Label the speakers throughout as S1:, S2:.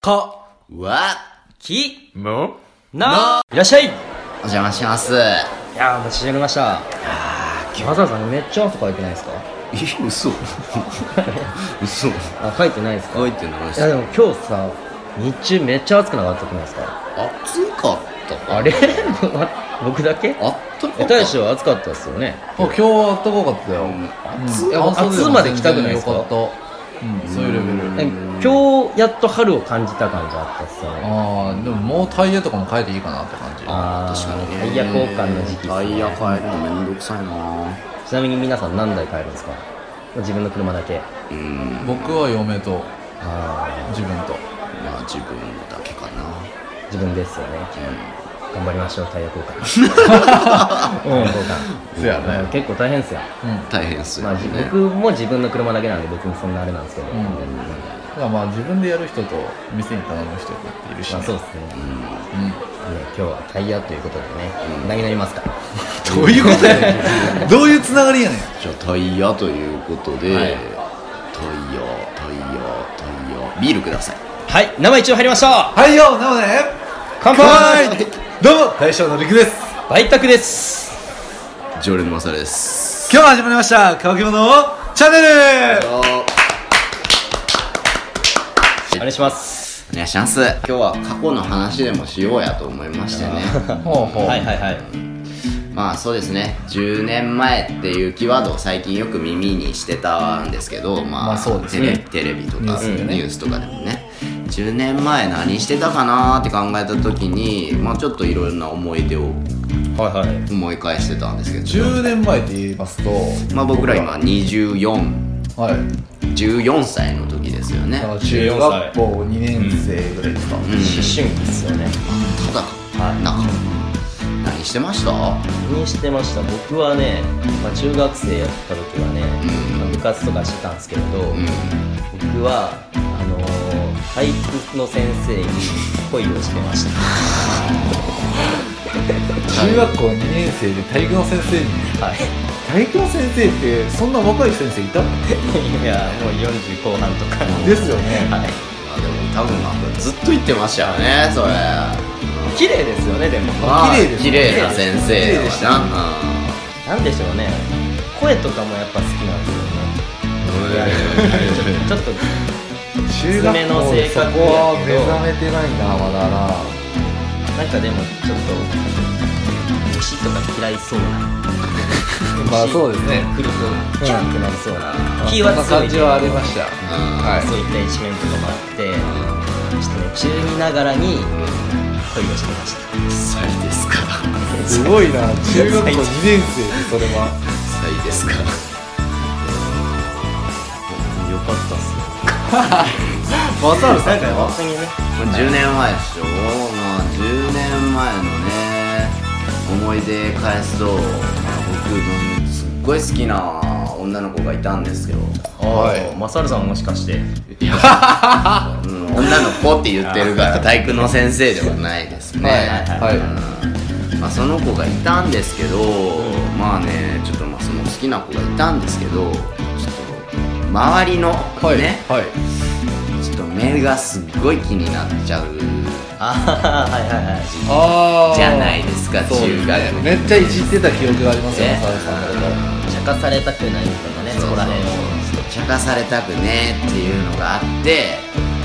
S1: か、
S2: わ
S1: き、
S2: も
S1: な、いらっしゃいい
S2: お邪魔します。
S1: やー、お待ちしておりました。わざわざめっちゃとか書いてないですか
S2: え、 嘘嘘
S1: あ、書いてないですか
S2: 書いてない
S1: いやでも今日さ、日中めっちゃ暑くなかったくないですか
S2: 暑かったか
S1: あれ 僕だけ
S2: あったか
S1: え、大将暑かったですよね。
S3: あ今日は暖かかったよ、
S2: 暑
S3: うん
S2: い
S1: や
S3: 半袖
S1: 暑まで来たくないですか
S3: 全然よかった、うん、そういうレベ
S1: え
S3: ル
S1: 今日やっと春を感じた感じあったっすよね。
S3: ああでももうタイヤとかも変えていいかなって感じ
S1: あータイヤ交換の時期っ
S2: タ
S1: す
S2: イ
S1: ね
S2: ヤ変えるのめんどくさいな
S1: ちなみに皆さん何台買えるんですか自分の車だけ。
S2: うん
S3: 僕は嫁と
S1: あ
S3: 自分と
S2: まあ自分だけかな
S1: ー自分ですよね。
S2: う
S1: 頑張りましょう、タイヤ交換。うん、交
S3: そや
S1: 換。うん結構大変っすよ。
S3: うん
S2: ん大変っす
S1: ま
S2: よ
S1: あ、
S2: ね
S1: じ僕も自分の車だけなんで別にそんなあれなんですけど、
S3: うんだからまあ自分でやる人と店に頼む人っているし、ね
S1: まあ、そうですねね
S2: うん
S1: 今日はタイヤということでね、
S2: うん
S1: 何になりますか
S3: うん、どういうことやねんどういうつながりやねん
S2: じゃあタイヤということでタイ
S1: はい
S2: ヤタイヤタイヤビールください
S1: はい生一応入りました
S3: はいよなので
S1: 乾
S3: 乾
S1: 杯
S3: 杯どうも大将のりくです
S1: 売卓です
S2: 常連のマサです
S3: 今日も始まりました乾き物チャンネル
S1: お願いします
S2: お願いします今日は過去の話でもしようやと思いましてね
S3: ほうほ う
S1: はいはいはい
S2: まあそうですね10年前っていうキーワードを最近よく耳にしてたんですけどまあ、
S3: まあそうですね
S2: テレテレビとかニ
S3: ニュ
S2: ュ
S3: ースでね
S2: ースとかでもね10年前何してたかなーって考えた時にまあちょっといろんな思い出を
S1: はいはい
S2: 思い返してたんですけど、
S3: 10年前って言いますと
S2: まあ、僕ら今2414
S3: はい
S2: 歳の時ですよね
S3: だから中学校2年生ぐらいですか、
S2: うん
S1: 思春期っすよね
S2: ただなんか何してました
S1: にしてました僕はね、まあ、中学生やった時はね、
S2: うん
S1: まあ部活とかしてたんですけれど、
S2: うん
S1: 僕はあのー体育の先生に恋をしてました
S3: 中学校2年生で体育の先生に
S1: はい
S3: 体育の先生ってそんな若い先生いた
S1: いやもう40後半とか
S3: ですよね
S1: はい
S2: まあでも多分なんかずっと言ってましたよねそれ
S1: 綺麗ですよねでも
S3: まあ綺麗ですね
S2: 綺麗な先生
S3: 綺麗でした
S2: だわ
S1: なんでしょうね声とかもやっぱ好きなんですよねいやいやいやちょっとちょっ
S3: 中学
S1: 爪
S3: 校
S1: の
S3: そ
S1: 性格やけど
S3: こは目覚めてないなまだな
S1: となんかでもちょっと虫とか嫌いそうな
S3: まあ そうですね
S1: くるとキュンってなりそうな気
S3: そん
S1: は
S3: な
S1: 強
S3: 感
S1: い
S3: じはありました
S2: な
S3: は
S1: そういった一面とかもあってちょっとね中二ながらに恋をしてました
S2: うん臭いですか
S3: すごいな中学校2年生でそれは
S2: 臭いですか
S1: よかったっすね
S3: マサルさ
S1: なん
S3: ん
S1: か本当にね
S2: まあ10年前でしょまあ10年前のね思い出返すと、まあ、僕のすっごい好きな女の子がいたんですよ、
S3: はい
S1: マサルさんもしかして
S2: うん、女の子って言ってるから体育の先生ではないですね
S1: はいはい
S3: はい
S2: うんまあ、その子がいたんですけど、まあねちょっとまあその好きな子がいたんですけどちょっと周りのね、
S3: はいはい
S2: ちょっと目がすっごい気になっちゃう
S1: ああはいはいはい
S3: あー
S2: じゃないですか
S3: そう
S2: 中学
S3: めっちゃいじってた記憶がありますよ
S2: ね
S3: マサルさんだと
S1: 茶化されたくないみたいなねそこら辺を
S2: ちゃかされたくねえっていうのがあって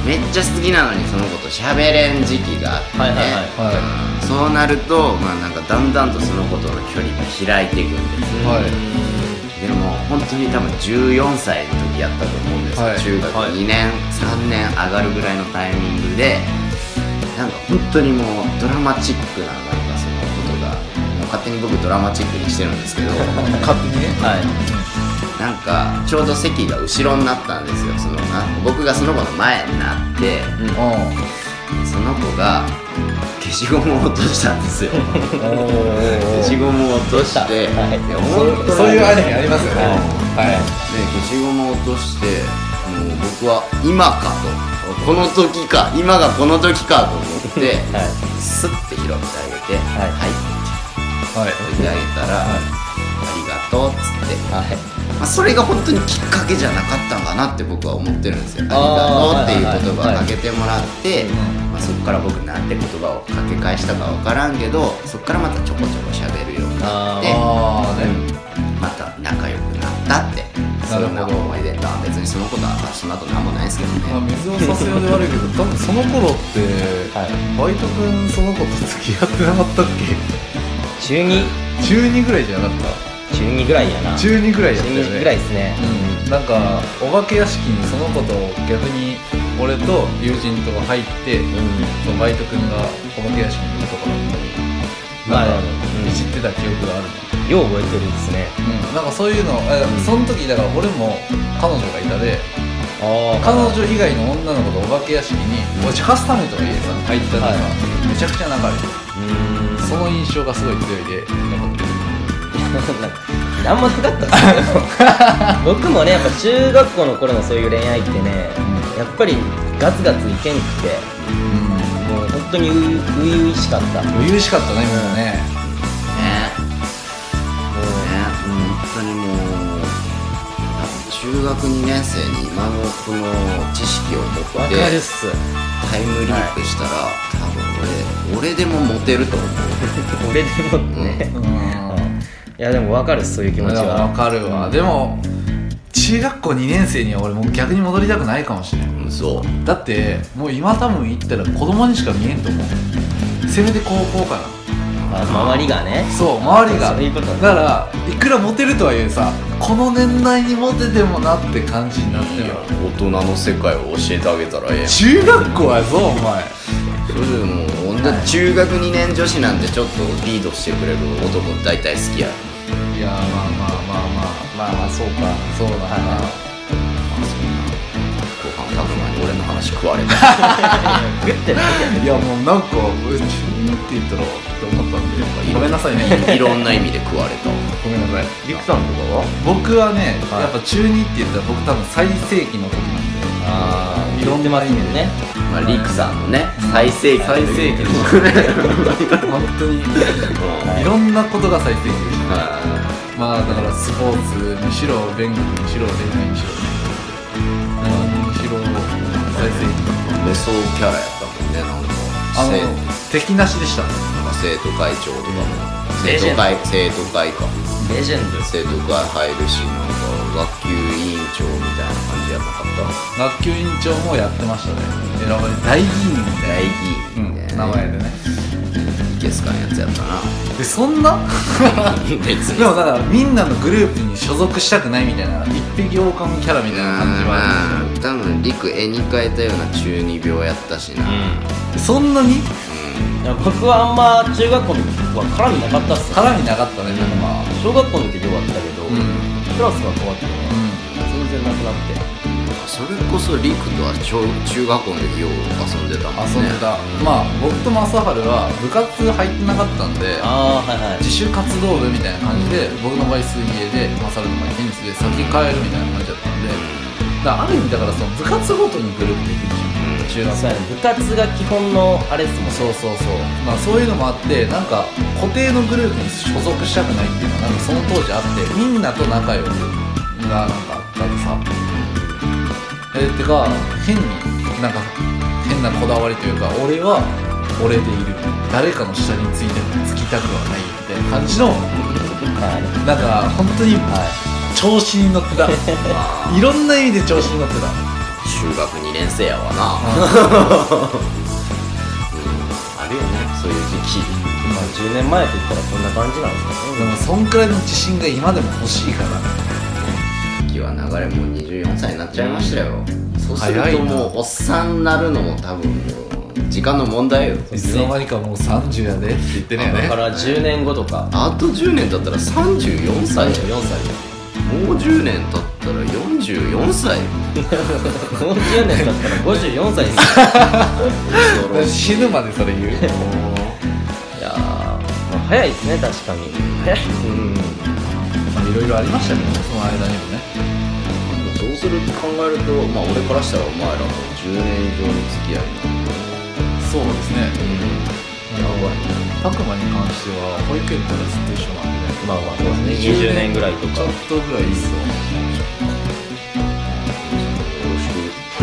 S2: めっちゃ好きなのにその子と喋れん時期があってね、
S1: はいはいはい
S3: は
S2: そうなるとまあなんかだんだんとその子との距離が開いていくんです
S3: いはい
S2: でも本当に多分14歳の時やったと思うんですよ、
S3: はい
S2: 中学
S1: はい
S2: 2年、3年上がるぐらいのタイミングでなんか本当にもうドラマチックななんかそのことがもう勝手に僕ドラマチックにしてるんですけ ど
S3: 勝手にね
S1: はい
S2: なんかちょうど席が後ろになったんですよそのな僕がその子の前になって
S3: う
S2: その子が消しゴムを落としたんですよ
S3: んおーおーお
S2: 消
S3: ー
S2: しゴムを落として、
S1: はい
S2: いや本当
S3: そ
S2: に
S3: うそういうアニメありますよね
S2: うん
S3: は
S2: で消しゴムを落としてもう僕は今かとこの時か今がこの時かと思って
S1: はい
S2: スッて拾ってあげて「
S1: はい
S2: はい」って
S3: いはい
S2: 置いてあげたら「ありがとう」っつって
S1: はい
S2: まあ、それが本当にきっかけじゃなかったんかなって僕は思ってるんですよ「あ
S1: あー
S2: りがとう」っていう言
S1: はいはいは
S2: 葉を
S1: い
S2: かけてもらって、まあ、そこから僕なんて言葉をかけ返したか分からんけどそこからまたちょこちょこ喋るように
S1: あ
S2: なっ
S1: ー
S2: て
S3: ああね
S2: また仲良くなったって
S3: なる
S2: そ
S3: ほ
S2: ん
S3: ど
S2: な思い出まあ別にそのことはその後何もないですけど
S3: まあ
S2: ね
S3: 水を差すようで悪いけど多分その頃って、
S1: はい
S3: バイト君その子と付き合ってなかったっけ
S1: 中二
S3: 中2ぐらいじゃなかっ
S1: 中二ぐらいやな
S3: た中2ぐらいだったよね
S1: 2ぐらいですね
S3: うん、なんかお化け屋敷にその子と逆に俺と友人とか入って、
S1: うん
S3: そうバイト君がお化け屋敷にいるところに
S1: まあ
S3: なんか
S1: うん
S3: いじってた記憶がある
S1: よう覚えてるですね
S3: の、うん、なんかそういうのえその時だから俺も彼女がいたで
S1: あ
S3: 彼女以外の女の子とお化け屋敷にお茶カスタムとか家さ入ったのが、
S1: はい
S3: めちゃくちゃ仲良い
S1: うん
S3: その印象がすごい強いで残ってる
S1: 何もなかったっすね僕もねやっぱ中学校の頃のそういう恋愛ってねやっぱりガツガツいけんくてもう本当に初々々しかったもう
S3: 初々しかったねみんなね
S2: ねね、本当にもう中学2年生に今のこの知識を持っ
S1: 分
S2: て
S1: かるっす
S2: タイムリープしたら、多分俺俺でもモテると思う
S1: 俺でもね
S3: うん
S1: いやでも分かるっすそういう気持ち
S3: だからわ
S1: は
S3: かるわでも中学校2年生には俺もう逆に戻りたくないかもしれない
S2: うんそう
S3: だってもう今多分行ったら子供にしか見えんと思うせめて高校かな
S1: あ周りがね
S3: そう周りが
S1: そういうことね
S3: だからいくらモテるとはいえさこの年代にモテてもなって感じになってるわ
S2: 大人の世界を教えてあげたらええやん
S3: 中学校やぞお前
S2: それでもう女中学2年女子なんてちょっとリードしてくれる男大体好きや
S3: いやまあまあまあまあまあまあそうかそうだな、
S2: 後半たくまに俺の話食われた
S1: グッてなって
S3: い、やもうなんかえ中二って言ったらって思ったんでごめんなさいね
S2: いろんな意味で食われた
S3: ごめんなさい
S1: リクさんとかは
S3: 僕はね、
S1: はい
S3: やっぱ中2って言ったら僕多分最盛期の時なんで
S1: ああ言ってますけどね
S2: まあ、リクさんのね最盛期
S3: 最盛期でし本当にいろんなことが最盛期でした、まあだからスポーツにしろ弁護にしろ恋愛にしろ何にしろ最盛期
S2: メソキャラやったもんねなんか
S3: あの
S2: 生
S3: 敵なしでした
S2: なんか生徒会長とかも生
S1: レジェ
S2: 徒
S1: ンド
S2: 会生徒会か
S1: レジェンド
S2: 生徒会入るしなんか学級委員長みたいな感じやなかっ
S3: 学級委員長もやってましたね選ばれ大議員み
S2: た大議員み
S3: た
S2: た
S3: い
S2: い
S3: な、
S2: な、
S3: 名前でね
S2: イケスカのやつやったな
S3: でそんな
S2: 別に
S3: でもだからみんなのグループに所属したくないみたいな一匹狼キャラみたいな感じはありました
S2: うん多分リク絵に描いたような中二病やったしな、
S3: そんな
S1: い
S3: に
S1: や僕はあんま中学校の時は絡みなかったっすよ
S3: 絡みなかったね、でもまあ。
S1: 小学校の時はあったけど、
S3: うん。
S1: クラスが変わってね全然なくなって
S2: それこそリクとは小中学校の時よう遊んでたもんね
S3: 遊んでた。まあ、僕と正春は部活入ってなかったんで、
S1: ああはいはい
S3: 自主活動部みたいな感じで、僕の場合水泳で、正春の場合テニスで、先帰るみたいな感じだったんで、だからある意味だからその部活ごとにグループできるじゃん。中学
S1: そうやね部活が基本のあれっすもんね
S3: そうそうそう。まあそういうのもあって、なんか固定のグループに所属したくないっていうのは、なんかその当時あって、みんなと仲良くがなんかあったりさ。えー、てか、変に、なんか変なこだわりというか、俺は俺でいる。誰かの下についてつきたくはないみたいな感じの、
S1: はい
S3: なんか本当に調子に乗ってた。 いろんな意味で調子に乗ってた。
S2: 中学2年生やわな、あるよねそういう時期
S1: まあ10年前と言ったらこんな感じなんですか
S3: で
S1: ね
S3: もそんくらいの自信が今でも欲しいから。
S2: 時は流れもう24歳になっちゃいましたよそうする
S3: 早
S2: と
S3: いな
S2: もうおっさんになるのも多分もう時間の問題よ
S3: いつの間にかもう30やでって言ってねよね
S1: だから10年後とか
S2: あと10年経ったら34歳や
S1: 34歳
S2: もう10年経ったら44歳
S1: もう10年経ったら54歳ですよ
S2: 恐ろしい
S3: 死ぬまでそれ言う
S1: いやー、まあ早いですね確 かに早いうん
S3: まあいろいろありましたけどねその間にもね
S2: そうすると考えるとまあ俺からしたらお前らもう10年以上の付き合い
S3: そうですね
S2: うん
S3: たくまに関しては保育園からずっと一緒なんで、
S1: まあまあそうですね20年ぐらいと
S3: ち
S1: か
S3: ょっとぐらいいいっすよ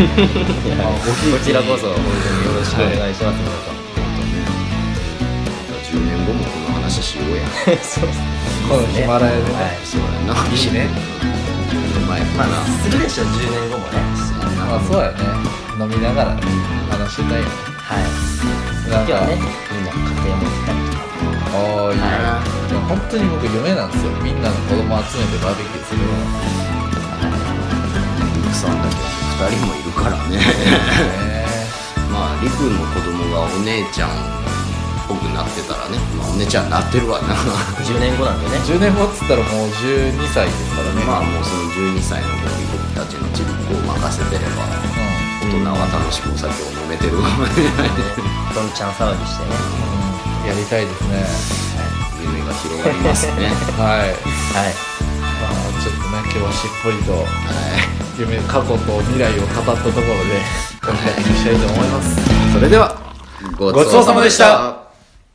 S1: いや
S3: まあごひいきに
S1: こちらこそ本当によろしくお願いします、
S2: 10年後もこの話しよ うや
S1: 皆さん そう
S3: このヒマラヤでね
S1: はい
S2: そうやない
S3: いね
S2: うまい
S1: ま
S2: かな
S1: あするでしょう10年後もね
S3: まあそうやね飲みながら話してたいよね
S1: はい
S3: な
S1: 今
S3: ん
S1: 日は
S3: か
S1: ねみんな家庭持ったりとか
S3: ああいいねいや本当に僕夢なんですよみんなの子供集めてバーベキューするのが
S2: リクさんだけど2人もいるからね
S3: ね
S2: まあリクの子供がお姉ちゃんっぽくなってたらね、まあ、お姉ちゃんになってるわな
S1: 10年後なんでね
S3: 10年後っつったらもう12歳ですからね、
S2: まあもうその12歳の子に僕たちのちびっ子を任せてれば
S3: う
S2: 大人は楽しくお酒を飲めてるわ
S1: どんちゃん騒ぎしてね
S3: んうんやりたいですね
S2: 夢が広がりますね
S3: は
S1: はい
S3: いまあちょっとね今日はしっぽりと
S2: は
S3: 夢過去と未来を語ったところで今回にしたいと思います
S2: いそれではご
S3: ごちそうさまでした